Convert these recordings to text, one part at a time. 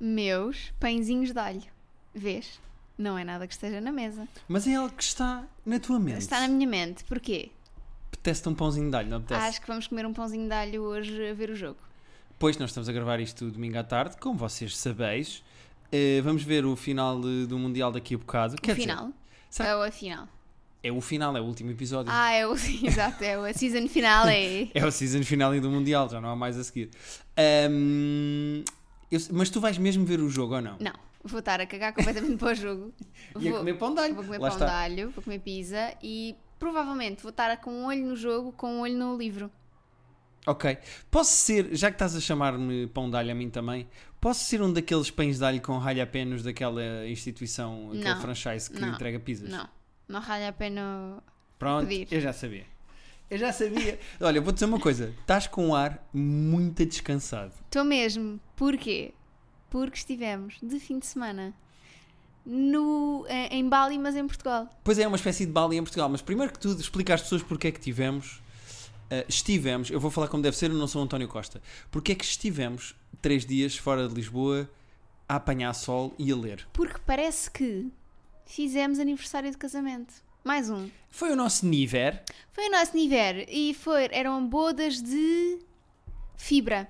meus pãezinhos de alho. Vês? Não é nada que esteja na mesa. Mas é algo que está na tua mente. Está na minha mente. Porquê? Apetece-te um pãozinho de alho, não apetece? Acho que vamos comer um pãozinho de alho hoje a ver o jogo. Pois, nós estamos a gravar isto domingo à tarde, como vocês sabeis. Eh, vamos ver o final eh, do Mundial daqui a bocado. o final? será- É o a final. é o final, é o último episódio. Ah, é o. Exato, é o a season final. É. É o season final do Mundial, já não há mais a seguir. Ahm, eu- mas tu vais mesmo ver o jogo ou não? Não, vou estar a cagar completamente para o jogo. E a Vou- comer pão de alho. Vou comer Lá pão está. de alho, vou comer pizza e provavelmente vou estar com um olho no jogo, com um olho no livro. Ok. Posso ser, já que estás a chamar-me pão de alho a mim também, posso ser um daqueles pães de alho com ralha-penos daquela instituição, aquele Não. franchise que Não. entrega pizzas? Não, não ralha a pena. Pronto, Pedir. eu já sabia. Eu já sabia. Olha, vou dizer uma coisa. Estás com um ar muito descansado. Estou mesmo. Porquê? Porque estivemos de fim de semana no, eh, em Bali, mas em Portugal. Pois é, é uma espécie de Bali em Portugal. Mas primeiro que tudo, explica às pessoas porque é que tivemos. eh, estivemos, eu vou falar como deve ser, eu não sou o António Costa. Porque é que estivemos três dias fora de Lisboa a apanhar sol e a ler? Porque parece que fizemos aniversário de casamento. Mais um. Foi o nosso nível. Foi o nosso nível e foi, eram bodas de fibra.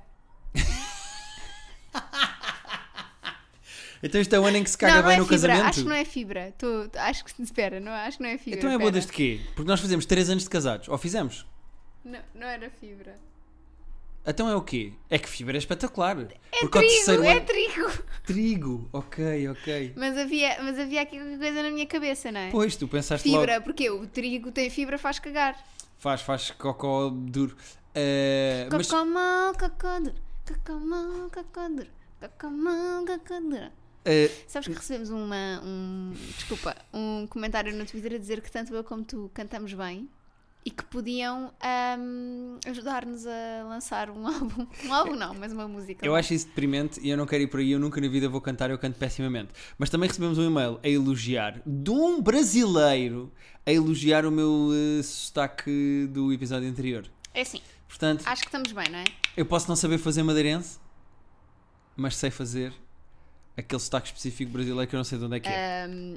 Então este é o ano em que se caga bem no fibra, casamento. acho que não é fibra. Tô- acho que espera, não, acho que não é fibra. então é espera. bodas de quê? Porque nós fizemos três anos de casados. Ou fizemos? Não, não era fibra. Então é o quê? É que fibra é espetacular. É Porque ao trigo, terceiro é ano... trigo. Trigo, ok, ok. Mas havia, mas havia aqui qualquer coisa na minha cabeça, não é? Pois, tu pensaste fibra, logo. porque o trigo tem fibra, faz cagar. Faz, faz cocó duro. Eh, mas Cacamão, cacandro, cacamão, cacandro, cacamão, cacandro. eh, Sabes que recebemos uma, um, desculpa, um comentário no Twitter a dizer que tanto eu como tu cantamos bem e que podiam ahm, ajudar-nos a lançar um álbum. Um álbum não, mas uma música. eu acho isso deprimente e eu não quero ir por aí. Eu nunca na vida vou cantar, eu canto pessimamente. Mas também recebemos um e-mail a elogiar de um brasileiro a elogiar o meu eh, sotaque do episódio anterior. É assim, Portanto, acho que estamos bem, não é? eu posso não saber fazer madeirense, mas sei fazer aquele sotaque específico brasileiro que eu não sei de onde é que é. Ahm,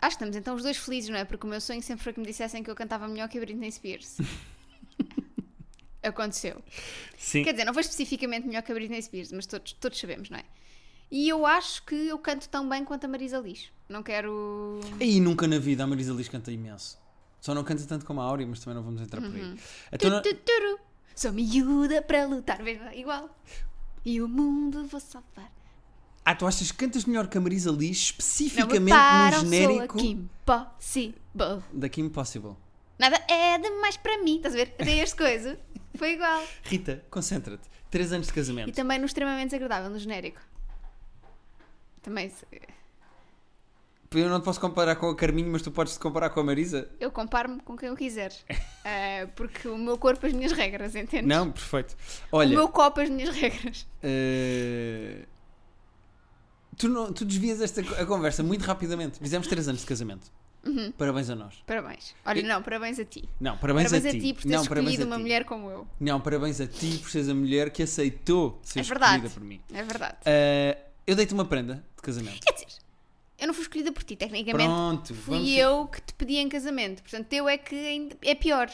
acho que estamos então os dois felizes, não é? Porque o meu sonho sempre foi que me dissessem que eu cantava melhor que a Britney Spears. Aconteceu. Sim. Quer dizer, não foi especificamente melhor que a Britney Spears, mas todos, todos sabemos, não é? E eu acho que eu canto tão bem quanto a Marisa Liz. Não quero. E nunca na vida a Marisa Liz canta imenso. Só não canta tanto como a Áurea, mas também não vamos entrar por Uhum. aí. Então, não- Tu, tu, turu. Sou miúda para lutar, vês? Igual. E o mundo vou salvar. Ah, tu achas que cantas melhor que a Marisa Liz Não me especificamente no param, sou genérico aqui impossível. da Kim Possible? Nada é demais para mim, estás a ver? Até este coisa foi igual. Rita, concentra-te. Três anos de casamento. E também no extremamente desagradável, no genérico. Também. se- Eu não te posso comparar com a Carminho, mas tu podes te comparar com a Marisa? Eu comparo-me com quem eu quiser. Ah, porque o meu corpo, as minhas regras, entende? Não, perfeito. O Olha, meu copo, as minhas regras. eh, tu, não- tu desvias esta co- a conversa muito rapidamente. Fizemos três anos de casamento. Uhum. Parabéns a nós. Parabéns. Olha, E- não, parabéns a ti. Não, parabéns, Parabéns a ti, por teres não, parabéns escolhido a uma ti. mulher como eu. Não, parabéns a ti por seres a mulher que aceitou ser É verdade. escolhida por mim. É verdade. Eh, eu dei-te uma prenda de casamento. Quer dizer, eu não fui escolhida por ti, tecnicamente. Pronto, Fui vamos- eu que te pedi em casamento. Portanto, eu é que ainda- é pior.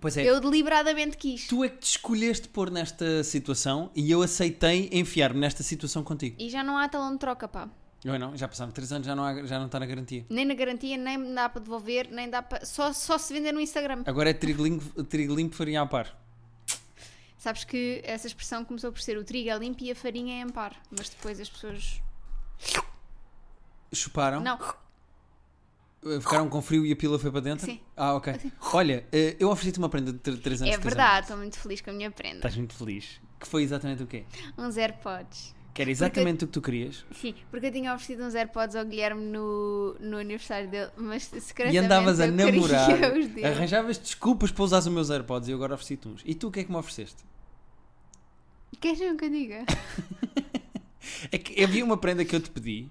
Pois é, Eu deliberadamente quis. tu é que te escolheste pôr nesta situação e eu aceitei enfiar-me nesta situação contigo. E já não há talão de troca, pá. Eu não, já passaram 3 anos, já não, há- já não está na garantia. Nem na garantia, nem dá para devolver, nem dá para. Só, só se vender no Instagram. Agora é trigo limpo, trigo limpo farinha a par. Sabes que essa expressão começou por ser o trigo é limpo e a farinha é em par. Mas depois as pessoas. Chuparam, Não, é eh, ficaram com frio e a pila foi para dentro? Sim. Ah, ok. Olha, eh, eu ofereci-te uma prenda de 3 anos é de verdade, casamento. estou muito feliz com a minha prenda. Um Estás muito feliz. Que foi exatamente o quê? Uns AirPods. Que era exatamente o que tu querias. Sim, porque eu tinha oferecido uns AirPods ao Guilherme no, no aniversário dele, mas secretamente E andavas a eu queria namorar. os dele. Arranjavas desculpas para usares os meus AirPods e eu agora ofereci-te uns. E tu o que é que me ofereceste? Queres um mesmo que eu diga? É que havia uma prenda que eu te pedi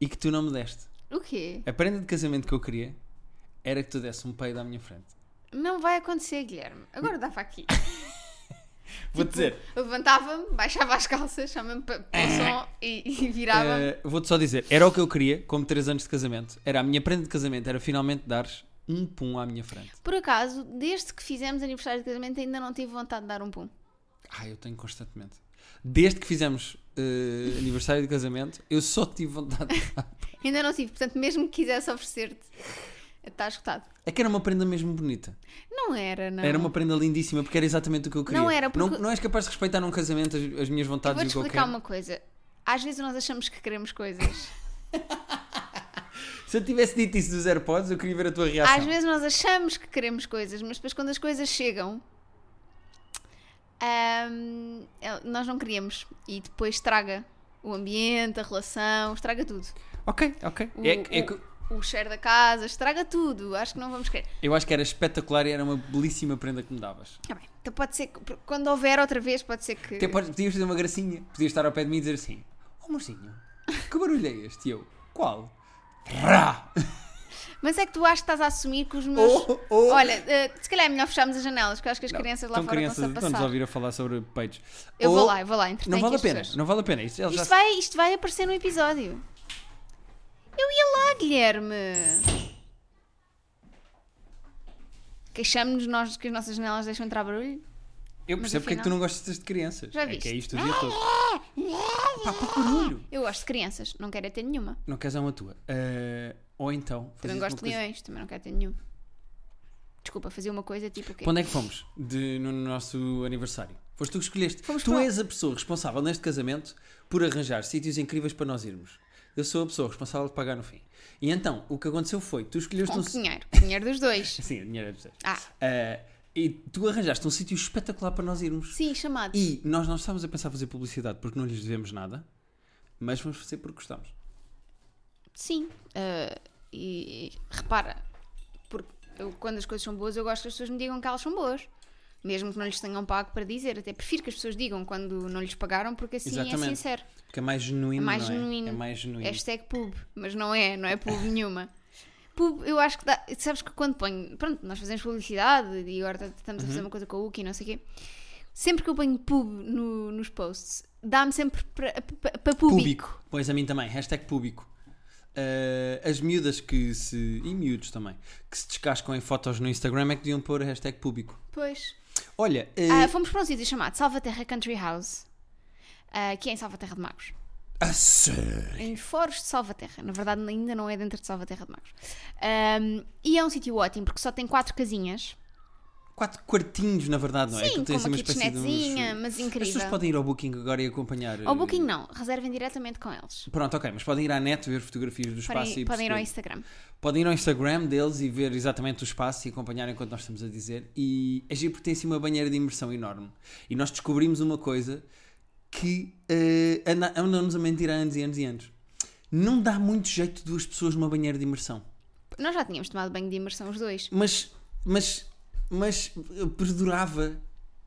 e que tu não me deste. O quê? A prenda de casamento que eu queria era que tu desse um peido à minha frente. Não vai acontecer, Guilherme. Agora dava aqui. Vou dizer. Levantava-me, baixava as calças, chamava-me para, para o som e, e virava-me. eh, Vou-te só dizer, era o que eu queria, como 3 anos de casamento. Era a minha prenda de casamento, era finalmente dares um pum à minha frente. Por acaso, desde que fizemos aniversário de casamento, ainda não tive vontade de dar um pum. Ah, eu tenho constantemente. Desde que fizemos eh, aniversário de casamento, eu só tive vontade de dar. Ainda não tive, portanto, mesmo que quisesse oferecer-te, está escutado. É que era uma prenda mesmo bonita. Não era, não. Era uma prenda lindíssima, porque era exatamente o que eu queria. Não era, porque- não, não és capaz de respeitar num casamento as, as minhas vontades Vou-te e o que eu explicar quero. uma coisa. Às vezes nós achamos que queremos coisas. Se eu tivesse dito isso dos AirPods, eu queria ver a tua reação. Às vezes nós achamos que queremos coisas, mas depois quando as coisas chegam, ahm, el- nós não queríamos. E depois estraga o ambiente, a relação, estraga tudo. Ok, ok. O, É que- é o- que- o cheiro da casa, estraga tudo. Acho que não vamos querer. eu acho que era espetacular e era uma belíssima prenda que me davas. Tá bem. Então pode ser que porque quando houver outra vez, pode ser que. Até podes- podias fazer uma gracinha, podias estar ao pé de mim e dizer assim: Oh, mocinho, que barulho é este? E eu, qual? Rá! Mas é que tu achas que estás a assumir que os meus. Oh, oh. Olha, eh, se calhar é melhor fecharmos as janelas, porque eu acho que as Não, crianças lá estão fora crianças, estão-se a Estão-nos a passar. ouvir a falar sobre peitos. Eu vou Ou- lá, eu vou lá, entretanto. Não vale a as pena, pessoas. não vale a pena. Isto, eles já Isto vai, isto vai aparecer no episódio. Eu ia lá, Guilherme. Queixamos-nos nós que as nossas janelas deixam entrar barulho? Eu Mas percebo porque é que tu afinal- não gostas de crianças. Já é que é viste? Ah! isto o dia todo. Pá, por barulho. Eu gosto de crianças, não quero é ter nenhuma. Não queres uma tua. Ah, ou então. Também fazes gosto uma de coisa- leões, também não quero ter nenhum. Desculpa, fazer uma coisa tipo o quê? Para onde é que fomos de- no nosso aniversário? Foste tu que escolheste. Fomos tu para- és a pessoa responsável neste casamento por arranjar sítios incríveis para nós irmos. Eu sou a pessoa responsável de pagar no fim. E então, o que aconteceu foi, tu escolheste Com um. que si- dinheiro? Com dinheiro dos dois. Sim, dinheiro é de vocês. Ah. Ah, e tu arranjaste um sítio espetacular para nós irmos. Sim, chamado. E nós não estávamos a pensar fazer publicidade porque não lhes devemos nada, mas vamos fazer porque gostamos. Sim. ah, e repara, porque eu, quando as coisas são boas, eu gosto que as pessoas me digam que elas são boas. Mesmo que não lhes tenham pago para dizer. Até prefiro que as pessoas digam quando não lhes pagaram, porque assim é Exatamente. sincero. Porque é mais genuíno, É mais não é? genuíno. É mais genuíno. Hashtag pub, mas não é, não é pub nenhuma. Pub, eu acho que dá. Sabes que quando ponho. Pronto, nós fazemos publicidade e agora t- estamos a fazer uma coisa com o Uki e não sei o quê. Sempre que eu ponho pub no- nos posts, dá-me sempre para público. Público. Pois a mim também, hashtag público. Ah, as miúdas que se. e miúdos também, que se descascam em fotos no Instagram é que deviam pôr hashtag público. Pois. Olha, Ah, ah, fomos para um sítio chamado Salvaterra Country House, ah, que é em Salvaterra de Magos. a ah, sério? Em Foros de Salvaterra. Na verdade, ainda não é dentro de Salvaterra de Magos. Ahm, e é um sítio ótimo, porque só tem quatro casinhas. Quatro quartinhos, na verdade, não é? Sim, Aquilo com tem assim uma uma espécie de uns- kitchenettezinha, mas As pessoas incrível. podem ir ao Booking agora e acompanhar. eh, Ao Booking não, reservem diretamente com eles. Pronto, ok, mas podem ir à net ver fotografias do espaço Podem, e podem ir ao perceber. Instagram. Podem ir ao Instagram deles e ver exatamente o espaço e acompanhar enquanto nós estamos a dizer. E a Gipro tem assim uma banheira de imersão enorme. E nós descobrimos uma coisa que eh, anda- andamos a mentir há anos e anos e anos. Não dá muito jeito duas pessoas numa banheira de imersão. Nós já tínhamos tomado banho de imersão os dois. Mas, mas, mas eh, perdurava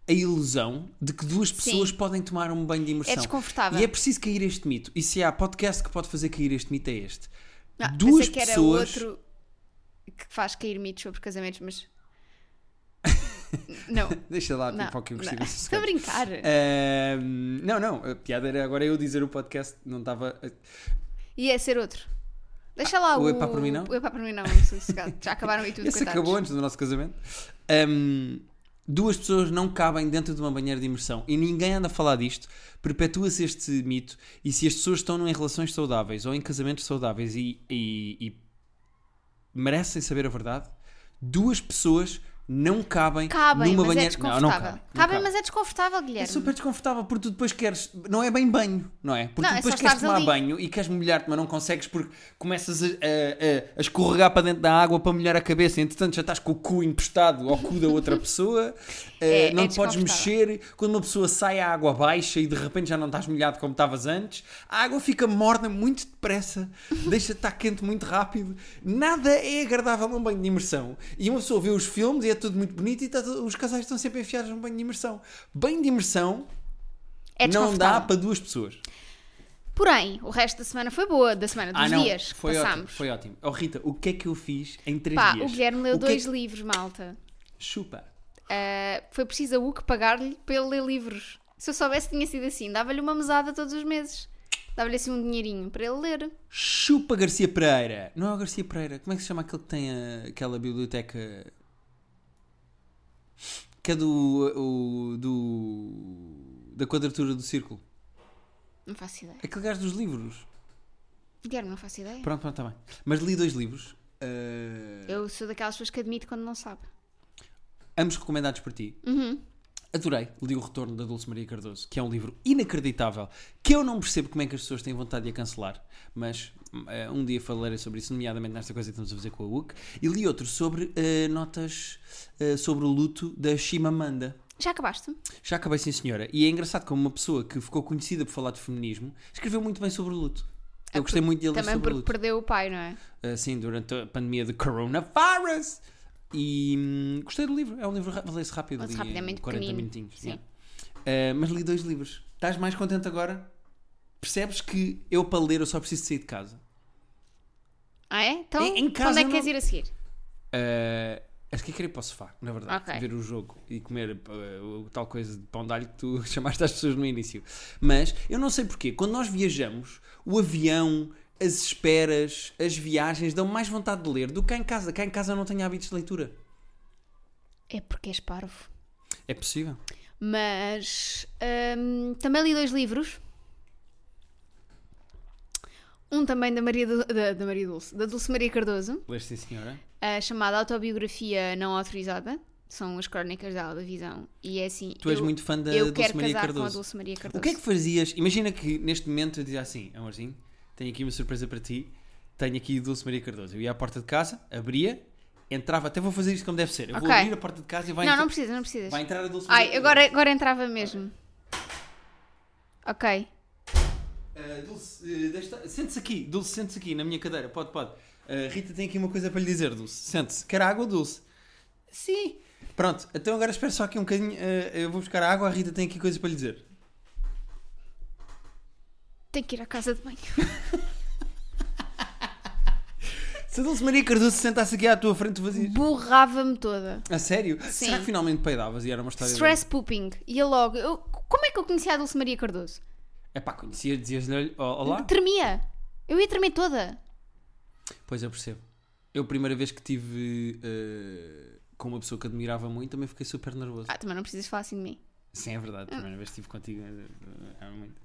a ilusão de que duas pessoas podem tomar um banho de imersão. É desconfortável. E é preciso cair este mito. E se há podcast que pode fazer cair este mito é este. Ah, duas pensei que era pessoas... outro que faz cair mitos sobre casamentos, mas. não. Deixa lá não, pipoca e o não. Cristina Estou a brincar. Ahm, não, não, a piada era agora eu dizer o podcast, não eh, estava. E é ser outro. Deixa lá Ah, o o. Epá para mim não? O Epá para mim não, sossegado. Já acabaram e tudo, Esse coitados. acabou antes do nosso casamento. Ahm, duas pessoas não cabem dentro de uma banheira de imersão e ninguém anda a falar disto. Perpetua-se este mito e se as pessoas estão em relações saudáveis ou em casamentos saudáveis e, e- e merecem saber a verdade, duas pessoas não cabem, Cabem, numa mas banheira. é não, não desconfortável. cabem. não cabem, mas é desconfortável, É Guilherme. super desconfortável porque tu depois queres. Não é bem banho, não é? Porque Não, tu é depois só queres estares tomar ali. banho e queres molhar-te, mas não consegues porque começas a, a- a- a escorregar para dentro da água para molhar a cabeça. Entretanto, já estás com o cu empestado ao cu da outra pessoa, eh, É- não é te podes desconfortável. mexer. Quando uma pessoa sai à água baixa e de repente já não estás molhado como estavas antes, a água fica morna muito depressa, deixa-te estar quente muito rápido. Nada é agradável num banho de imersão. E uma pessoa vê os filmes e é tudo muito bonito e está tudo- os casais estão sempre enfiados num banho de imersão. Banho de imersão É não dá desconfortável. para duas pessoas. Porém, o resto da semana foi boa, da semana dos dias que Ah, foi ótimo, passámos. foi ótimo. Oh Rita, o que é que eu fiz em três Pá, dias? o Guilherme leu que é dois que- livros, malta. Chupa. ah, foi preciso a UC pagar-lhe para ele ler livros. Se eu soubesse que tinha sido assim, dava-lhe uma mesada todos os meses. Dava-lhe assim um dinheirinho para ele ler. Chupa Garcia Pereira. Não é o Garcia Pereira. Como é que se chama aquele que tem a- aquela biblioteca? Que é do, o- do. da quadratura do círculo. Não faço ideia. Aquele gajo dos livros. Guilherme, não faço ideia. Pronto, pronto, está bem. Mas li dois livros. eh, Eu sou daquelas pessoas que admito quando não sabe. ambos recomendados por ti. Uhum. Adorei, li O Retorno da Dulce Maria Cardoso, que é um livro inacreditável, que eu não percebo como é que as pessoas têm vontade de a cancelar, mas hum, eh, um dia falarei sobre isso, nomeadamente nesta coisa que estamos a fazer com a UC. E li outro sobre eh, notas eh, sobre o luto da Chimamanda. Já acabaste? Já acabei, sim, senhora. E é engraçado como uma pessoa que ficou conhecida por falar de feminismo escreveu muito bem sobre o luto. Eu gostei muito dele É Também sobre o porque luto. perdeu o pai, não é? Uh, sim, durante a pandemia de coronavirus. E hum, gostei do livro. É um livro, ra- lê-se rápido. Mas li em rapidamente, 40 é pequenino. minutinhos. Sim. yeah. Uh, mas li dois livros. Estás mais contente agora? Percebes que eu, para ler, eu só preciso de sair de casa. Ah, é? Então, Em- em para casa onde é que não- queres ir a seguir? Uh, acho que eu queria ir para o sofá, na verdade. Ok. Ver o jogo e comer uh, o tal coisa de pão de alho que tu chamaste às pessoas no início. Mas eu não sei porquê. Quando nós viajamos, o avião, as esperas, as viagens dão mais vontade de ler do que cá em casa. Cá em casa eu não tenho hábitos de leitura. É porque és parvo. É possível. Mas hum, também li dois livros. Um também da Maria, Du- da, da Maria Dulce, da Dulce Maria Cardoso, Leste, sim, senhora. ah, chamada Autobiografia Não Autorizada. São as crónicas da Aldavisão. E é assim. Tu és eu, muito fã da eu Dulce quero Maria casar com a Cardoso. Dulce Maria O Cardoso. que é que fazias? Imagina que neste momento eu dizia assim, amorzinho, tenho aqui uma surpresa para ti. Tenho aqui Dulce Maria Cardoso. Eu ia à porta de casa, abria, entrava, até vou fazer isto como deve ser. Eu vou Ok. abrir a porta de casa e vai, Não, entra- não precisas, não precisas. vai então entrar a Dulce Maria Ai, agora, agora entrava mesmo. Ok. Cardoso. Ah, Dulce, eh, deixa- sente-se aqui, Dulce, sente-se aqui na minha cadeira, pode, pode. Ah, Rita tem aqui uma coisa para lhe dizer, Dulce. Sente-se. Quer água, Dulce? Sim. Pronto, então agora espera só aqui um bocadinho. ah, eu vou buscar a água, a Rita tem aqui coisa para lhe dizer. Tenho que ir à casa de banho. Se a Dulce Maria Cardoso se sentasse aqui à tua frente, tu fazias. Borrava-me toda. A sério? Sim. Será que finalmente peidavas e era uma história. Stress pooping. Ia logo. Eu- como é que eu conhecia a Dulce Maria Cardoso? É pá, conhecias, dizias-lhe ó- olá? Então- Tremia. Eu ia tremer toda. Pois eu percebo. Eu, a primeira vez que tive eh, com uma pessoa que admirava muito, também fiquei super nervoso. Ah, também não precisas falar assim de mim. Sim, é verdade. A primeira vez que estive contigo, eh, admirava muito.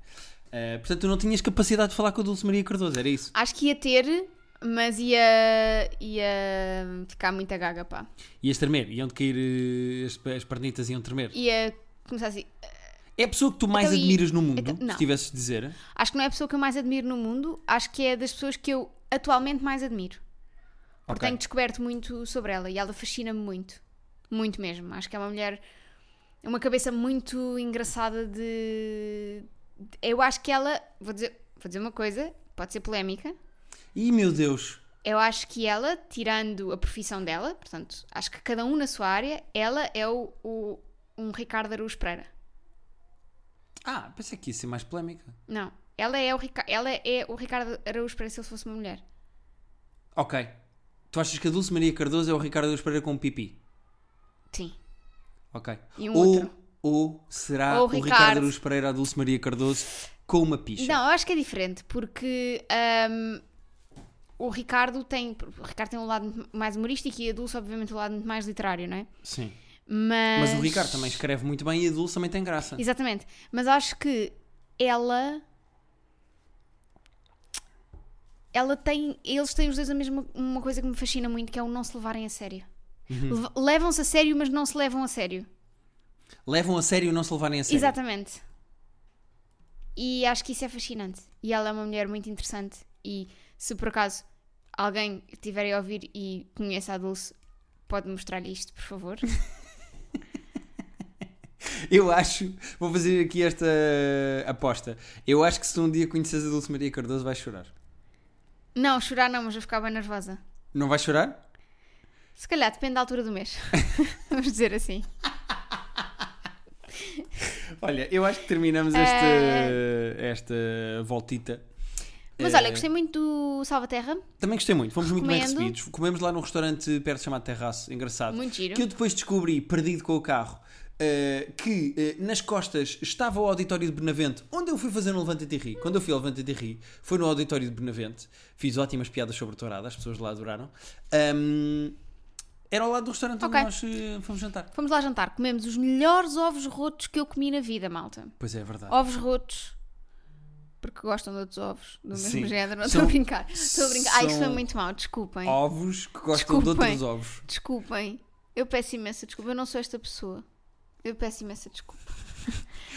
Eh, portanto, tu não tinhas capacidade de falar com a Dulce Maria Cardoso, era isso? Acho que ia ter, mas ia, ia ficar muita gaga, pá. Ias tremer, iam-te cair, eh, as, as pernitas iam tremer. Ia começar assim. É a pessoa que tu mais Então, e- admiras no mundo, então- não. se tivesses de dizer. Acho que não é a pessoa que eu mais admiro no mundo. Acho que é das pessoas que eu atualmente mais admiro. Porque Ok. tenho descoberto muito sobre ela e ela fascina-me muito. Muito mesmo. Acho que é uma mulher. é Uma cabeça muito engraçada de. de- Eu acho que ela. Vou dizer, vou dizer uma coisa, pode ser polémica. Ih, meu Deus! Eu acho que ela, tirando a profissão dela, portanto, acho que cada um na sua área, ela é o, o- um Ricardo Araújo Pereira. Ah, pensei que ia ser mais polémica. Não. Ela é, o Rica- ela é o Ricardo Araújo Pereira se ele fosse uma mulher. Ok. Tu achas que a Dulce Maria Cardoso é o Ricardo Deus Pereira com um pipi? Sim. Ok. E um ou, outro. ou será Ou o Ricardo, Ricardo. Aruz Pereira a Dulce Maria Cardoso com uma picha? Não, eu acho que é diferente, porque hum, o Ricardo tem o Ricardo tem um lado muito mais humorístico e a Dulce, obviamente, um lado muito mais literário, não é? Sim. Mas, Mas o Ricardo também escreve muito bem e a Dulce também tem graça. Exatamente. Mas acho que ela. Ela tem. Eles têm os dois a mesma uma coisa que me fascina muito, que é o não se levarem a sério. Lev- Uhum. Levam-se a sério, mas não se levam a sério. Levam a sério e não se levarem a sério. Exatamente. E acho que isso é fascinante. E ela é uma mulher muito interessante. E se por acaso alguém estiver a ouvir e conhece a Dulce, pode mostrar-lhe isto, por favor. Eu acho, vou fazer aqui esta eh, aposta. Eu acho que se tu um dia conheces a Dulce Maria Cardoso vais chorar. não, chorar não, mas eu ficava nervosa. Não vais chorar? Se calhar, depende da altura do mês. Vamos dizer assim. Eh. Olha, eu acho que terminamos esta, esta voltita Mas Eh, olha, gostei muito do Salvaterra. Também gostei muito, fomos muito bem Recomendo. recebidos. Comemos lá num restaurante perto chamado Terraço, engraçado. Muito giro. Que eu depois descobri, perdido com o carro, eh, que eh, nas costas estava o auditório de Benavente, onde eu fui fazer um Levanta e Ri. Quando eu fui ao Levanta e Ri, foi no auditório de Benavente. Fiz ótimas piadas sobre tourada, as pessoas lá adoraram. Ahm, era ao lado do restaurante Ok. onde nós eh, fomos jantar. Fomos lá jantar, comemos os melhores ovos rotos que eu comi na vida, malta. Pois é, é verdade. Ovos rotos. Porque gostam de outros ovos do mesmo Sim. género. Não estou São- a brincar. Estou a brincar. Ah, isso foi são- muito mal, desculpem. Ovos que gostam de Desculpem. outros ovos. Desculpem. Eu peço imensa desculpa. Eu não sou esta pessoa. Eu peço imensa desculpa.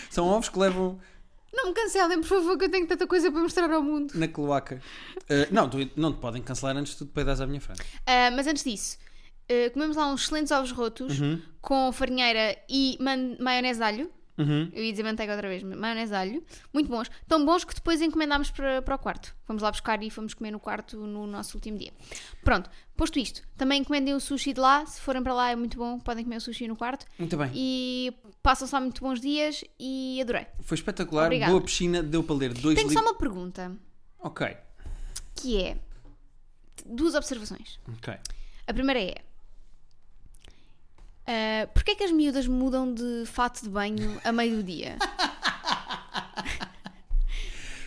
São ovos que levam Não me cancelem, por favor, que eu tenho tanta coisa para mostrar ao mundo. na cloaca. Eh, não, tu- não te podem cancelar antes de tu te peidares à minha frente. Ah, mas antes disso, ah, comemos lá uns excelentes ovos rotos com farinheira e man- maionese de alho. Uhum. Eu ia dizer manteiga outra vez, mas maionese de alho. Muito bons. Tão bons que depois encomendámos para, para o quarto. Fomos lá buscar e fomos comer no quarto no nosso último dia. Pronto, posto isto, também encomendem o sushi de lá. Se forem para lá é muito bom, podem comer o sushi no quarto. Muito bem. E passam-se lá muito bons dias e adorei. Foi espetacular, Obrigada. boa piscina, deu para ler dois Tenho livros. só uma pergunta, Ok, que é... Duas observações. ok. A primeira é... ah, Porquê é que as miúdas mudam de fato de banho a meio do dia?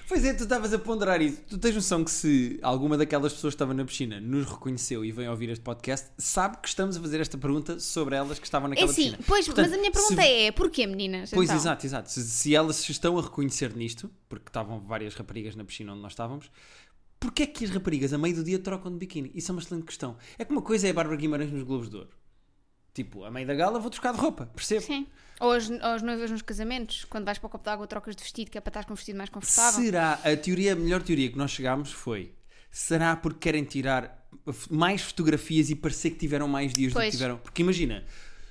Pois é, tu estavas a ponderar isso. Tu tens noção que se alguma daquelas pessoas que estava na piscina nos reconheceu e vem ouvir este podcast, sabe que estamos a fazer esta pergunta sobre elas que estavam É naquela sim, piscina. pois, mas Portanto, a minha pergunta se... é, porquê meninas? Pois, então? exato, exato. Se, se elas se estão a reconhecer nisto, porque estavam várias raparigas na piscina onde nós estávamos, porquê é que as raparigas a meio do dia trocam de biquíni? Isso é uma excelente questão. É que uma coisa é a Bárbara Guimarães nos Globos de Ouro. Tipo, a meio da gala vou trocar de roupa, percebo? Sim. Ou as, ou as noivas nos casamentos, quando vais para o copo de água, trocas de vestido, que é para estar com um vestido mais confortável. Será? A teoria, a melhor teoria que nós chegámos foi: será porque querem tirar f- mais fotografias e parecer que tiveram mais dias do que Pois. tiveram? Porque imagina,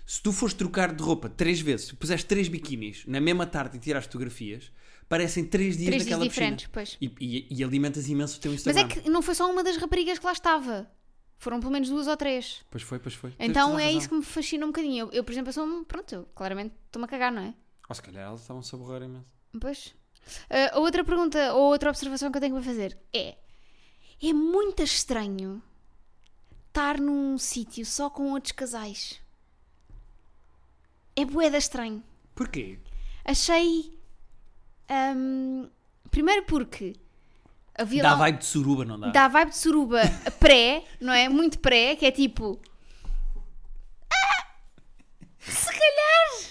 se tu fores trocar de roupa três vezes, se puseste três biquinis na mesma tarde e tiras fotografias, parecem três dias Três dias naquela piscina. diferentes, pois. E, e- e alimentas imenso o teu Mas Instagram. é que não foi só uma das raparigas que lá estava. Foram pelo menos duas ou três. Pois foi, pois foi. Tens Então toda a é razão. isso que me fascina um bocadinho. Eu, eu, por exemplo, eu sou um. Pronto, eu claramente estou-me a cagar, não é? Ou se calhar elas estavam-se a borrar imenso. Pois. Ah, a outra pergunta ou outra observação que eu tenho para fazer é: é muito estranho estar num sítio só com outros casais. É boeda estranho. Porquê? Achei. hum, primeiro porque havia Dá lá- vibe de suruba, não dá? dá vibe de suruba pré, não é? Muito pré, que é tipo. "Ah, se calhar!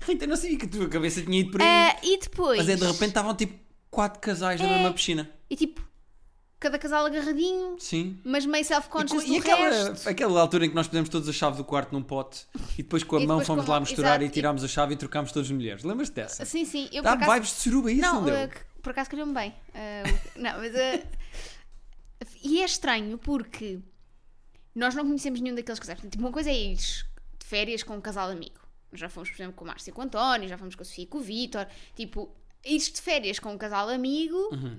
Rita, não sabia que a tua cabeça tinha ido por aí. Ah, e depois. Mas é, de repente estavam tipo quatro casais na É. mesma piscina. E tipo, cada casal agarradinho, Sim. mas meio E, self-conscious co- e do resto. aquela, aquela altura em que nós pusemos todas as chaves do quarto num pote e depois com a E mão depois com fomos a lá mão, misturar exato, e tirámos a chave e trocámos todas as mulheres. Lembras-te dessa? Sim, sim. Eu por Dá acaso. vibes de suruba isso, não, não, deu? eh, que- por acaso calhou-me bem. Eh, o- não, mas. eh, e é estranho porque nós não conhecemos nenhum daqueles casais. Portanto, Tipo, uma coisa é ir de férias com um casal amigo. Nós Já fomos, por exemplo, com o Márcio e com o António, já fomos com a Sofia e com o Vítor. Tipo, ir de férias com um casal amigo Uhum.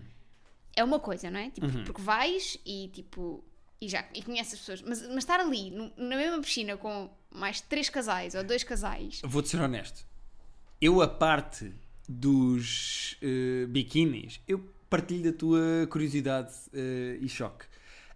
é uma coisa, não é? Tipo, Porque vais e tipo. E já e conheces as pessoas. Mas, mas estar ali, no- na mesma piscina, com mais três casais ou dois casais. Vou-te ser honesto. Eu, a parte dos eh, biquinis, eu partilho da tua curiosidade eh, e choque.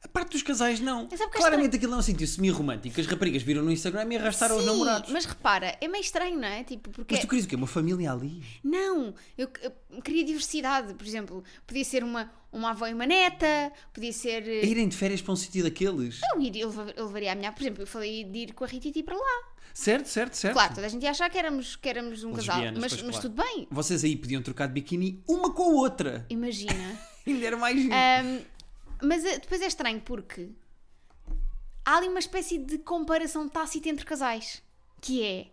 A parte dos casais, não. Mas sabe que é Claramente aquilo é um sítio semi-romântico. As raparigas viram no Instagram e arrastaram os Sim, namorados. mas repara, é meio estranho, não é? Tipo, porque Mas tu querias o quê? Uma família ali? Não, eu, eu queria diversidade, por exemplo, podia ser uma, uma avó e uma neta, podia ser. eh, A irem de férias para um sítio daqueles? Eu, iria, eu leva- eu levaria a minha, por exemplo, eu falei de ir com a Rititi para lá. Certo, certo, certo. Claro, toda a gente ia achar que éramos, que éramos um casal, Lesbianas, mas, pois, mas claro. tudo bem, Vocês aí podiam trocar de biquíni uma com a outra. imagina. Ainda era mais giro. Ahm, mas eh, depois é estranho porque há ali uma espécie de comparação tácita entre casais, que é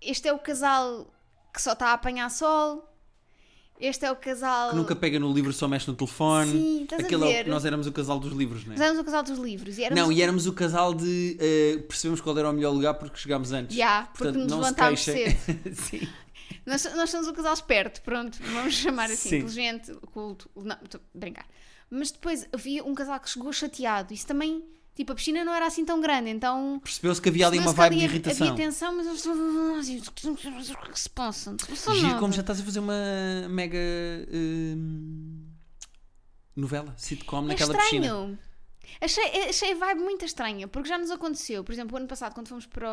este é o casal que só está a apanhar sol, este é o casal. Que nunca pega no livro, só mexe no telefone. Sim, estás a Aquele é o- ver. Nós éramos o casal dos livros, não Nós éramos o casal dos livros e éramos Não, e éramos o casal de. eh, percebemos qual era o melhor lugar porque chegámos antes. Já, porque Portanto, nos não se levantámos queixem. Sim. Nós, nós somos um casal esperto, pronto, vamos chamar assim, Sim. inteligente, culto, não, estou a brincar. Mas depois havia um casal que chegou chateado, isso também, tipo, a piscina não era assim tão grande, então... Percebeu-se que havia ali uma percebeu-se que vibe de ali irritação. Havia tensão, mas eles estavam assim, que se tá possam, que se possam Giro nada. como já estás a fazer uma mega. hum, novela, É sitcom naquela piscina. estranho. Achei, achei a vibe muito estranha, porque já nos aconteceu. Por exemplo, o ano passado, quando fomos para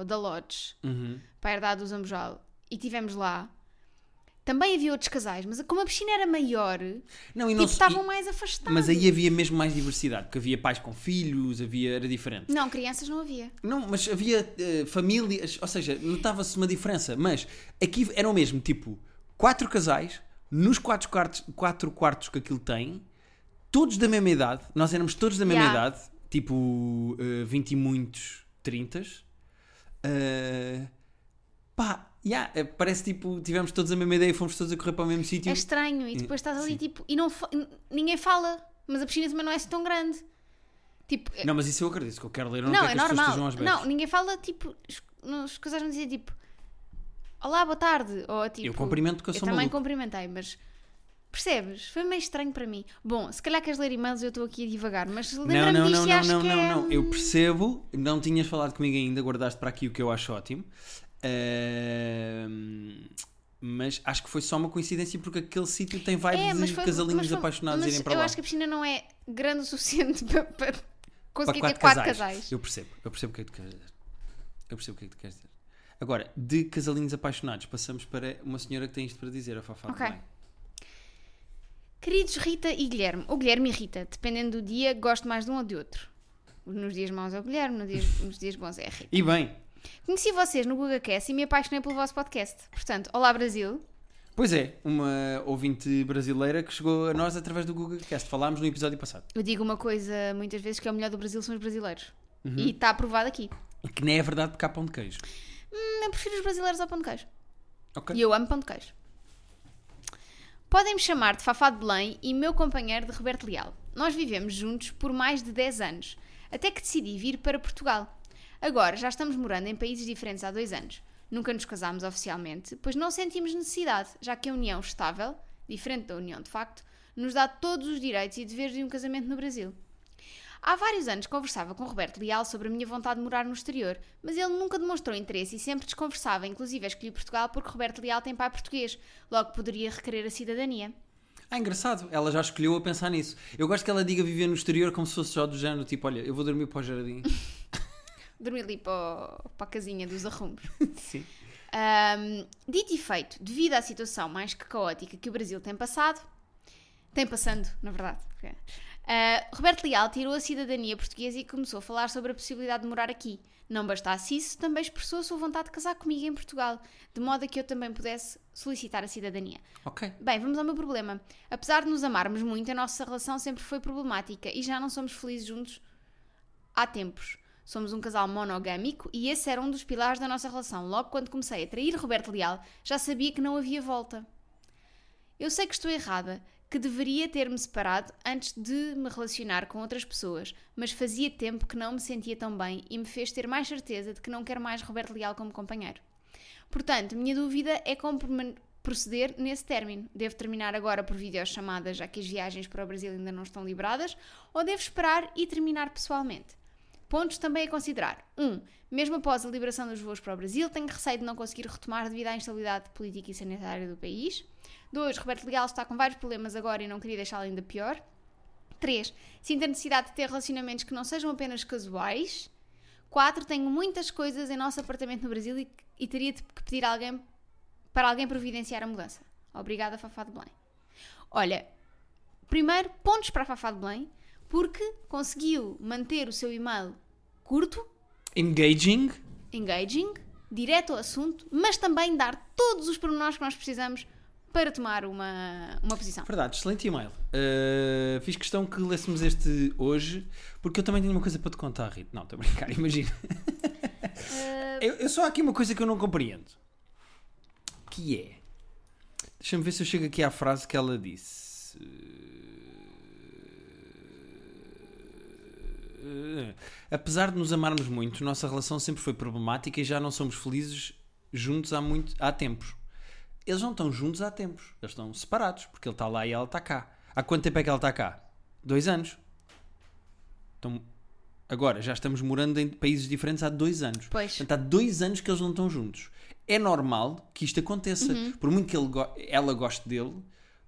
o da Lodge, Uhum. para a herdade do Zambojal, e estivemos lá, também havia outros casais, mas como a piscina era maior, Não, e não tipo, se- estavam e- mais afastados. mas aí havia mesmo mais diversidade, porque havia pais com filhos, havia era diferente. Não, crianças não havia. Não, mas havia eh, famílias, ou seja, notava-se uma diferença, mas aqui eram mesmo tipo quatro casais, nos quatro quartos, quatro quartos que aquilo tem, todos da mesma idade, nós éramos todos da mesma Yeah. idade, tipo eh, 20 e muitos, 30. eh, pá, yeah, eh, parece tipo, tivemos todos a mesma ideia e fomos todos a correr para o mesmo sítio. É estranho, e depois estás ali, tipo, e não fa- n- ninguém fala, mas a piscina também não é assim tão grande. Tipo, é- Não, mas isso eu acredito, que eu quero ler, eu não, não, quero é que as pessoas estejam normal. às berras. Não, ninguém fala, tipo, os, não- os casais não dizem, tipo, olá, boa tarde, ou tipo... eu cumprimento porque eu Eu sou também maluco. cumprimentei, mas percebes? Foi meio estranho para mim. Bom, se calhar queres ler e-mails, eu estou aqui a divagar, mas Não, lembra-me não, disto não, e não, acho não, que não, é, não. Eu hum, percebo, não tinhas falado comigo ainda, guardaste para aqui o que eu acho ótimo. Ahm, mas acho que foi só uma coincidência porque aquele sítio tem vibe é, mas de foi- casalinhos mas foi- apaixonados mas irem para eu lá. acho que a piscina não é grande o suficiente para, para para conseguir ter quatro casais. Eu percebo, eu percebo o que é que tu queres dizer. Eu percebo o que é que tu queres dizer. Agora, de casalinhos apaixonados, passamos para uma senhora que tem isto para dizer, a Fafá. Ok. também. Queridos Rita e Guilherme, ou Guilherme e Rita, dependendo do dia, gosto mais de um ou de outro. Nos dias maus é o Guilherme, nos dias, nos dias bons é a Rita. E bem, Conheci vocês no Google Cast e me apaixonei pelo vosso podcast. Portanto, olá Brasil, pois é, uma ouvinte brasileira que chegou a nós através do Google Cast. Falámos no episódio passado. Eu digo uma coisa muitas vezes que é o melhor do Brasil são os brasileiros. Uhum. E está aprovado aqui. Que nem é verdade porque há pão de queijo. Hum, eu prefiro os brasileiros ao pão de queijo. Ok? E eu amo pão de queijo. Podem-me chamar de Fafá de Belém e meu companheiro de Roberto Leal. Nós vivemos juntos por mais de 10 anos, até que decidi vir para Portugal. Agora já estamos morando em países diferentes há dois anos. Nunca nos casámos oficialmente, pois não sentimos necessidade, já que a união estável, diferente da união de facto, nos dá todos os direitos e deveres de um casamento no Brasil. Há vários anos conversava com Roberto Leal sobre a minha vontade de morar no exterior, mas ele nunca demonstrou interesse e sempre desconversava, inclusive escolhi Portugal porque Roberto Leal tem pai português, logo poderia requerer a cidadania. Ah, engraçado. Ela já escolheu a pensar nisso. Eu gosto que ela diga viver no exterior como se fosse só do género, tipo, olha, eu vou dormir para o jardim. Dormi ali para, o- para a casinha dos arrumos. Sim. Ahm, dito e feito, devido à situação mais que caótica que o Brasil tem passado, tem passando, na verdade. porque- Ah, Roberto Leal tirou a cidadania portuguesa e começou a falar sobre a possibilidade de morar aqui. Não bastasse isso, também expressou a sua vontade de casar comigo em Portugal, de modo a que eu também pudesse solicitar a cidadania. Ok. Bem, vamos ao meu problema. Apesar de nos amarmos muito, a nossa relação sempre foi problemática e já não somos felizes juntos há tempos. Somos um casal monogâmico e esse era um dos pilares da nossa relação. Logo quando comecei a trair Roberto Leal, já sabia que não havia volta. Eu sei que estou errada, que deveria ter-me separado antes de me relacionar com outras pessoas, mas fazia tempo que não me sentia tão bem e me fez ter mais certeza de que não quero mais Roberto Leal como companheiro. Portanto, minha dúvida é como perman- proceder nesse término. Devo terminar agora por videochamada, já que as viagens para o Brasil ainda não estão liberadas, ou devo esperar e terminar pessoalmente? Pontos também a considerar. 1. Um, mesmo após a liberação dos voos para o Brasil, tenho receio de não conseguir retomar devido à instabilidade política e sanitária do país. 2. Roberto Leal está com vários problemas agora e não queria deixá-lo ainda pior. 3. Sinto a necessidade de ter relacionamentos que não sejam apenas casuais. 4. Tenho muitas coisas em nosso apartamento no Brasil e, e teria de- que pedir a alguém para alguém providenciar a mudança. Obrigada, Fafá de Belém. Olha, primeiro, pontos para a Fafá de Belém, porque conseguiu manter o seu e-mail curto, Engaging. engaging, direto ao assunto, mas também dar todos os pormenores que nós precisamos para tomar uma, uma posição. Verdade, excelente e-mail. Uh, fiz questão que lêssemos este hoje, porque eu também tenho uma coisa para te contar, Rita. Não, estou a brincar, imagina. Ah. eu, eu só há aqui uma coisa que eu não compreendo. Que é. Deixa-me ver se eu chego aqui à frase que ela disse. Uh, Apesar de nos amarmos muito, nossa relação sempre foi problemática e já não somos felizes juntos há, muito, há tempos. Eles não estão juntos há tempos. Eles estão separados, porque ele está lá e ela está cá. Há quanto tempo é que ela está cá? Dois anos. Então, agora, já estamos morando em países diferentes há dois anos. Pois. Portanto, há dois anos que eles não estão juntos. É normal que isto aconteça. Por muito que ele go- ela goste dele,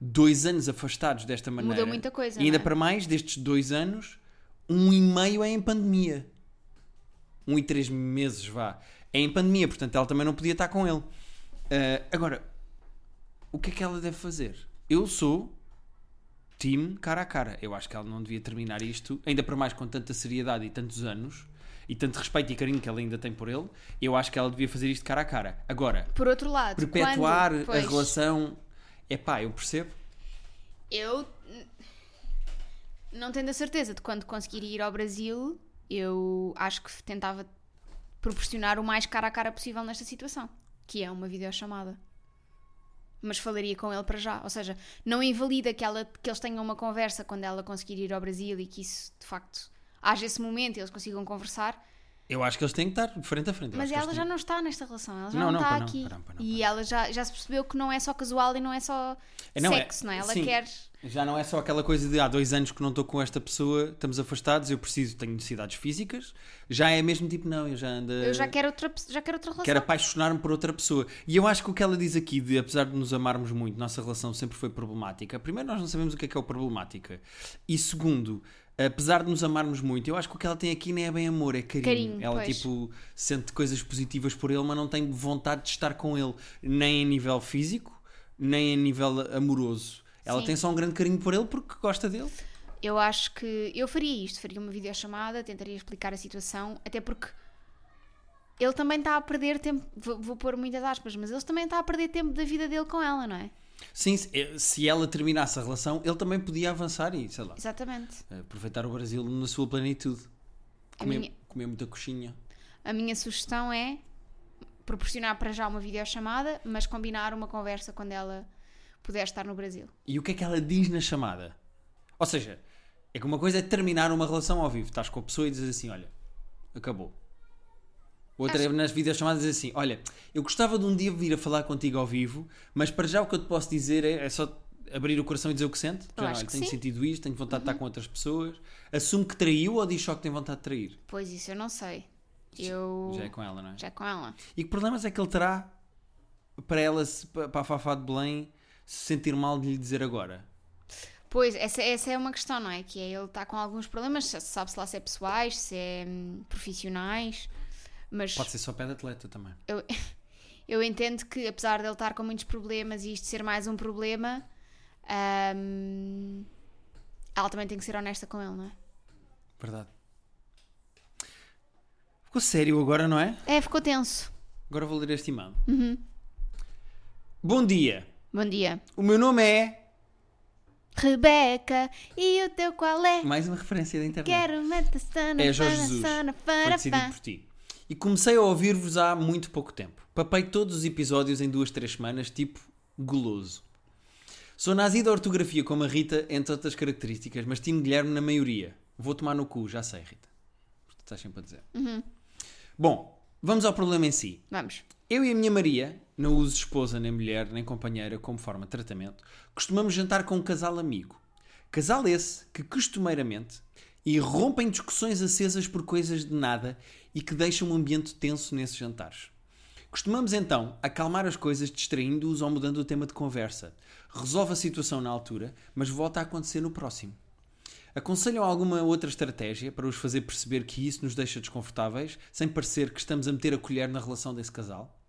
dois anos afastados desta maneira. Mudou muita coisa, E ainda não é? para mais, destes dois anos, um e meio é em pandemia. Um e três meses, vá. É em pandemia, portanto ela também não podia estar com ele. Ah, agora, o que é que ela deve fazer? Eu sou time cara a cara. Eu acho que ela não devia terminar isto, ainda para mais com tanta seriedade e tantos anos, e tanto respeito e carinho que ela ainda tem por ele. Eu acho que ela devia fazer isto cara a cara. Agora, Por outro lado, perpetuar quando, a pois, relação. É pá, eu percebo. Eu n- não tendo a certeza de quando conseguir ir ao Brasil, eu acho que tentava proporcionar o mais cara a cara possível nesta situação, que é uma videochamada. Mas falaria com ele para já, ou seja, não invalida que, ela, que eles tenham uma conversa quando ela conseguir ir ao Brasil e que isso de facto haja esse momento e eles consigam conversar, Eu acho que eles têm que estar frente a frente. Eu Mas acho que ela eles já têm- não está nesta relação, ela já Não, não, não, está pá, não, aqui. pá, não, pá, não, e ela já, já se percebeu que não é só casual e não é só É, não, é- sexo, não é? Ela sim. quer. já não é só aquela coisa de há dois anos que não estou com esta pessoa, estamos afastados, eu preciso, tenho necessidades físicas. Já é mesmo tipo, não, eu já ando. a- Eu já quero outra, pe- já quero outra relação. Quero apaixonar-me por outra pessoa. E eu acho que o que ela diz aqui, de apesar de nos amarmos muito, nossa relação sempre foi problemática. Primeiro, nós não sabemos o que é que é o problemática. E segundo, apesar de nos amarmos muito, eu acho que o que ela tem aqui nem é bem amor, é carinho. Carinho, ela, pois. tipo, sente coisas positivas por ele, mas não tem vontade de estar com ele, nem a nível físico, nem a nível amoroso. Ela Sim. tem só um grande carinho por ele porque gosta dele. Eu acho que eu faria isto, faria uma videochamada, tentaria explicar a situação, até porque ele também está a perder tempo, vou, vou pôr muitas aspas, mas ele também está a perder tempo da vida dele com ela, não é? Sim, se- eh, se ela terminasse a relação, ele também podia avançar e, sei lá, Exatamente. aproveitar o Brasil na sua plenitude. A Comer, minha- comer muita coxinha. A minha sugestão é proporcionar para já uma videochamada, mas combinar uma conversa quando ela puder estar no Brasil. E o que é que ela diz na chamada? Ou seja, é que uma coisa é terminar uma relação ao vivo. Estás com a pessoa e dizes assim: olha, acabou. Outra é nas videochamadas dizer assim: olha, eu gostava de um dia vir a falar contigo ao vivo, mas para já o que eu te posso dizer é, é só abrir o coração e dizer o que sente. Já, acho olha, que tenho sim. Uhum. sentido isto, tenho vontade de estar com outras pessoas. Assume que traiu ou diz só que tem vontade de trair? Pois isso eu não sei. Eu. Já é com ela, não é? já é com ela. E que problemas é que ele terá para ela, se- para a Fafá de Belém, se sentir mal de lhe dizer agora? Pois, essa, essa é uma questão, não é? Que é ele está com alguns problemas, se- sabe-se lá se é pessoais, se é hum, profissionais, mas Pode ser só pé de atleta também. eu, eu entendo que apesar dele estar com muitos problemas e isto ser mais um problema, hum, ela também tem que ser honesta com ele, não é? Verdade. Ficou sério agora, não é? É, ficou tenso. Agora vou ler este e-mail. Bom dia. Bom dia. O meu nome é. Rebeca, e o teu qual é? Mais uma referência da internet. Quero meter Hum. É Jorge Jesus. Foi decidido por ti. E comecei a ouvir-vos há muito pouco tempo. Papei todos os episódios em duas, três semanas, tipo goloso. Sou nazi da ortografia como a Rita, entre outras características, mas time Guilherme na maioria. Vou tomar no cu, já sei, Rita. Porque tu Estás sempre a dizer. Bom, vamos ao problema em si. Vamos. Eu e a minha Maria, não uso esposa, nem mulher, nem companheira como forma de tratamento, costumamos jantar com um casal amigo. Casal esse que costumeiramente irrompe em discussões acesas por coisas de nada e que deixam um ambiente tenso nesses jantares. Costumamos então acalmar as coisas distraindo-os ou mudando o tema de conversa. Resolve a situação na altura, mas volta a acontecer no próximo. Aconselham alguma outra estratégia para os fazer perceber que isso nos deixa desconfortáveis, sem parecer que estamos a meter a colher na relação desse casal?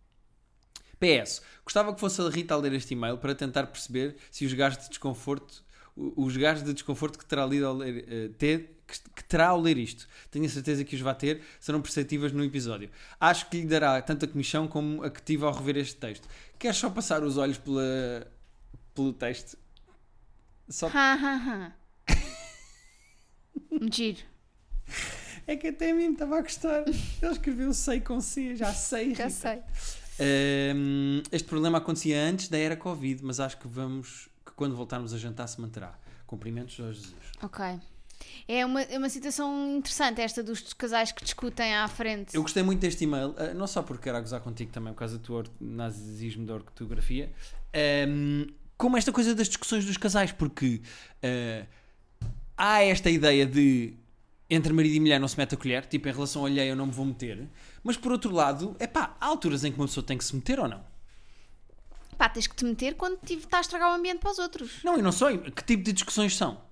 PS. Gostava que fosse a Rita a ler este e-mail para tentar perceber se os gajos de desconforto o- os gajos de desconforto que terá, lido ao ler, eh, ter- que- que terá ao ler isto. Tenho a certeza que os vai ter, serão perceptivas no episódio. Acho que lhe dará tanto a comissão como a que tive ao rever este texto. Queres só passar os olhos pela- pelo texto? Só Ha, ha, ha. Giro. É que até a mim me estava a gostar. Ele escreveu sei com C, já sei. Já Rita. sei. Hum, este problema acontecia antes da era Covid, mas acho que vamos que quando voltarmos a jantar se manterá. Cumprimentos, Jorge Jesus. Ok. É uma, é uma situação interessante esta dos casais que discutem à frente. Eu gostei muito deste e-mail, ah, não só porque quero gozar contigo também por causa do teu or- nazismo da ortografia, hum, como esta coisa das discussões dos casais, porque ah, há esta ideia de entre marido e mulher não se mete a colher, tipo em relação ao alheio eu não me vou meter, mas por outro lado, é pá, há alturas em que uma pessoa tem que se meter ou não? Pá, tens que te meter quando tive- estás a estragar o ambiente para os outros. Não, e não só. Que tipo de discussões são?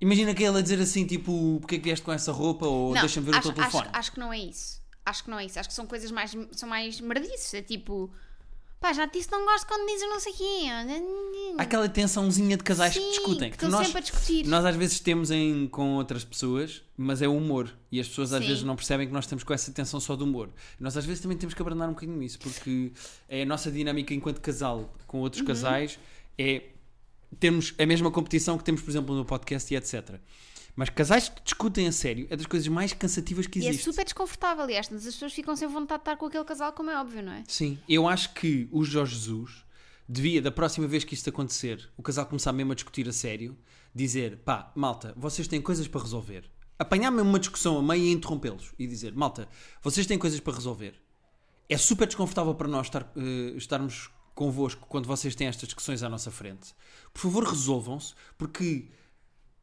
Imagina que ela dizer assim, tipo, porque é que vieste com essa roupa ou não, deixa-me ver acho, o teu telefone. Acho, acho que não é isso. Acho que não é isso. Acho que são coisas mais, são mais merdices. É tipo, pá, já te disse não gosto quando dizes não sei quem. Há Aquela tensãozinha de casais que Sim, discutem. que estão sempre a discutir. Nós às vezes temos em, com outras pessoas, mas é o humor. E as pessoas às Sim. vezes não percebem que nós estamos com essa tensão só do humor. Nós às vezes também temos que abrandar um bocadinho isso, porque é a nossa dinâmica enquanto casal com outros Uhum. casais é termos a mesma competição que temos, por exemplo, no podcast e etc. Mas casais que discutem a sério é das coisas mais cansativas que E é existem. super desconfortável, aliás, mas as pessoas ficam sem vontade de estar com aquele casal, como é óbvio, não é? Sim, eu acho que o Jorge Jesus devia, da próxima vez que isto acontecer, o casal começar mesmo a discutir a sério, dizer, pá, malta, vocês têm coisas para resolver. Apanhar mesmo uma discussão a meio e interrompê-los. E dizer, malta, vocês têm coisas para resolver. É super desconfortável para nós estar, eh, estarmos convosco quando vocês têm estas discussões à nossa frente. Por favor, resolvam-se, porque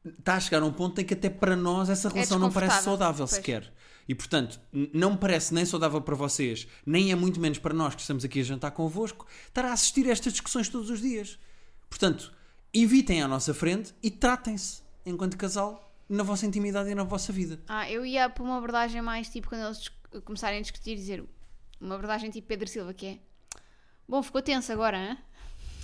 está a chegar a um ponto em que até para nós essa relação não parece É desconfortável, saudável pois. sequer. E portanto, n- não me parece nem saudável para vocês, nem é muito menos para nós que estamos aqui a jantar convosco, estar a assistir a estas discussões todos os dias. Portanto, evitem à nossa frente e tratem-se enquanto casal na vossa intimidade e na vossa vida. Ah, eu ia para uma abordagem mais tipo quando eles dis- começarem a discutir, dizer uma abordagem tipo Pedro Silva, que é bom, ficou tenso agora, hã?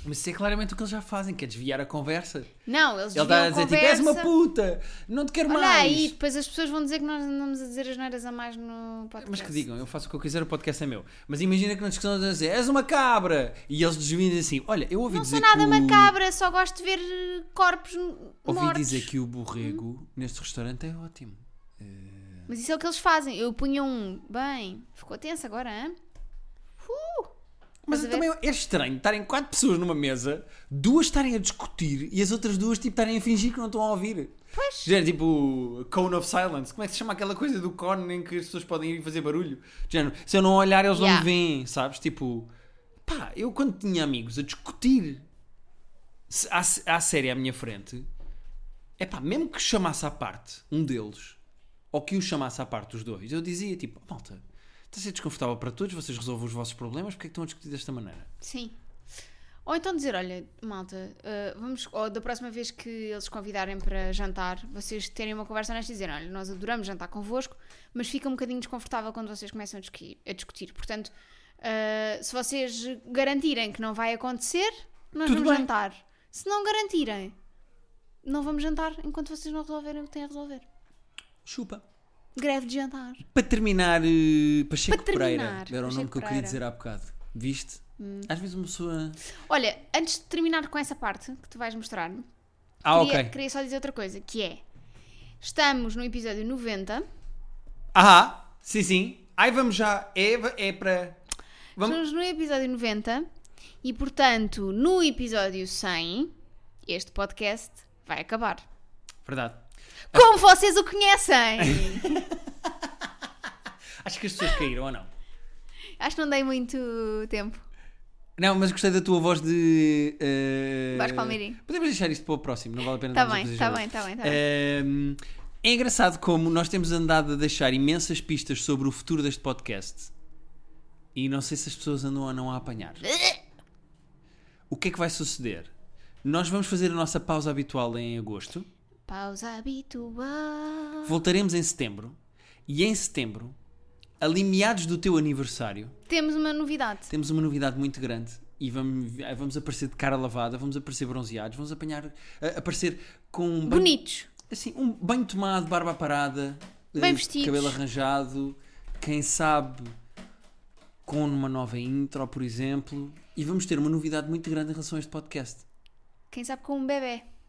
Mas isso é claramente o que eles já fazem, que é desviar a conversa. Não, eles desviam Ele está a a dizer conversa. tipo, és uma puta, não te quero Olha mais. aí, depois as pessoas vão dizer que nós andamos a dizer as neiras a mais no podcast. Mas que digam, eu faço o que eu quiser, o podcast é meu. Mas imagina que na discussão eles dizem, és uma cabra! E eles desviam e dizem assim: Olha, eu ouvi Não dizer. sou nada que o- macabra, só gosto de ver eh, corpos n- Ouvi mortos. dizer que o borrego neste restaurante é ótimo. Mas isso é o que eles fazem. Eu punha um, bem, ficou tenso agora, hã? Mas Estás a também é estranho estarem quatro pessoas numa mesa, duas estarem a discutir e as outras duas tipo, estarem a fingir que não estão a ouvir. Pois. Género, tipo Cone of Silence. Como é que se chama aquela coisa do cone em que as pessoas podem ir e fazer barulho? Género, se eu não olhar, eles Yeah. não me veem, sabes? Tipo, pá, eu quando tinha amigos a discutir se- à, se- à série à minha frente, é pá, mesmo que chamasse à parte um deles, ou que o chamasse à parte os dois, eu dizia tipo, malta, está a ser desconfortável para todos, vocês resolvem os vossos problemas, porque é que estão a discutir desta maneira? Sim. Ou então dizer, olha, malta, eh, vamos, ou da próxima vez que eles convidarem para jantar, vocês terem uma conversa honesta e dizerem, olha, nós adoramos jantar convosco, mas fica um bocadinho desconfortável quando vocês começam a, disqui- a discutir. Portanto, eh, se vocês garantirem que não vai acontecer, nós Tudo vamos bem. jantar. Se não garantirem, não vamos jantar enquanto vocês não resolverem o que têm a resolver. Chupa. Greve de jantar. Para terminar, eh, Pacheco Para terminar, Pereira. Era o Pacheco nome que eu queria Pereira. Hum. dizer há bocado. Viste? Às vezes uma pessoa. Olha, antes de terminar com essa parte que tu vais mostrar-me, Ah, queria, ok. queria só dizer outra coisa, que é estamos no episódio 90, Ah, sim, sim. Aí vamos já. É, é para. Vamos. estamos no episódio 90 e portanto no episódio 100 este podcast vai acabar. Verdade. Como vocês o conhecem! Acho que as pessoas caíram ou não? Acho que não dei muito tempo. Não, mas gostei da tua voz de. eh, Vasco Palmeirim. Podemos deixar isto para o próximo, não vale a pena Está estarmos a bem, fazer está jogo. bem, está bem, está bem. Ehm, É engraçado como nós temos andado a deixar imensas pistas sobre o futuro deste podcast e não sei se as pessoas andam ou não a apanhar. O que é que vai suceder? Nós vamos fazer a nossa pausa habitual em agosto, Pausa habitual. voltaremos em setembro e em setembro, ali meados do teu aniversário, Temos uma novidade. temos uma novidade muito grande e vamos, vamos aparecer de cara lavada, vamos aparecer bronzeados, vamos apanhar, a- aparecer com um banho- Bonitos. assim, um bem tomado, barba parada, Bem eh, vestidos. cabelo arranjado, quem sabe com uma nova intro, por exemplo, e vamos ter uma novidade muito grande em relação a este podcast. Quem sabe com um bebê.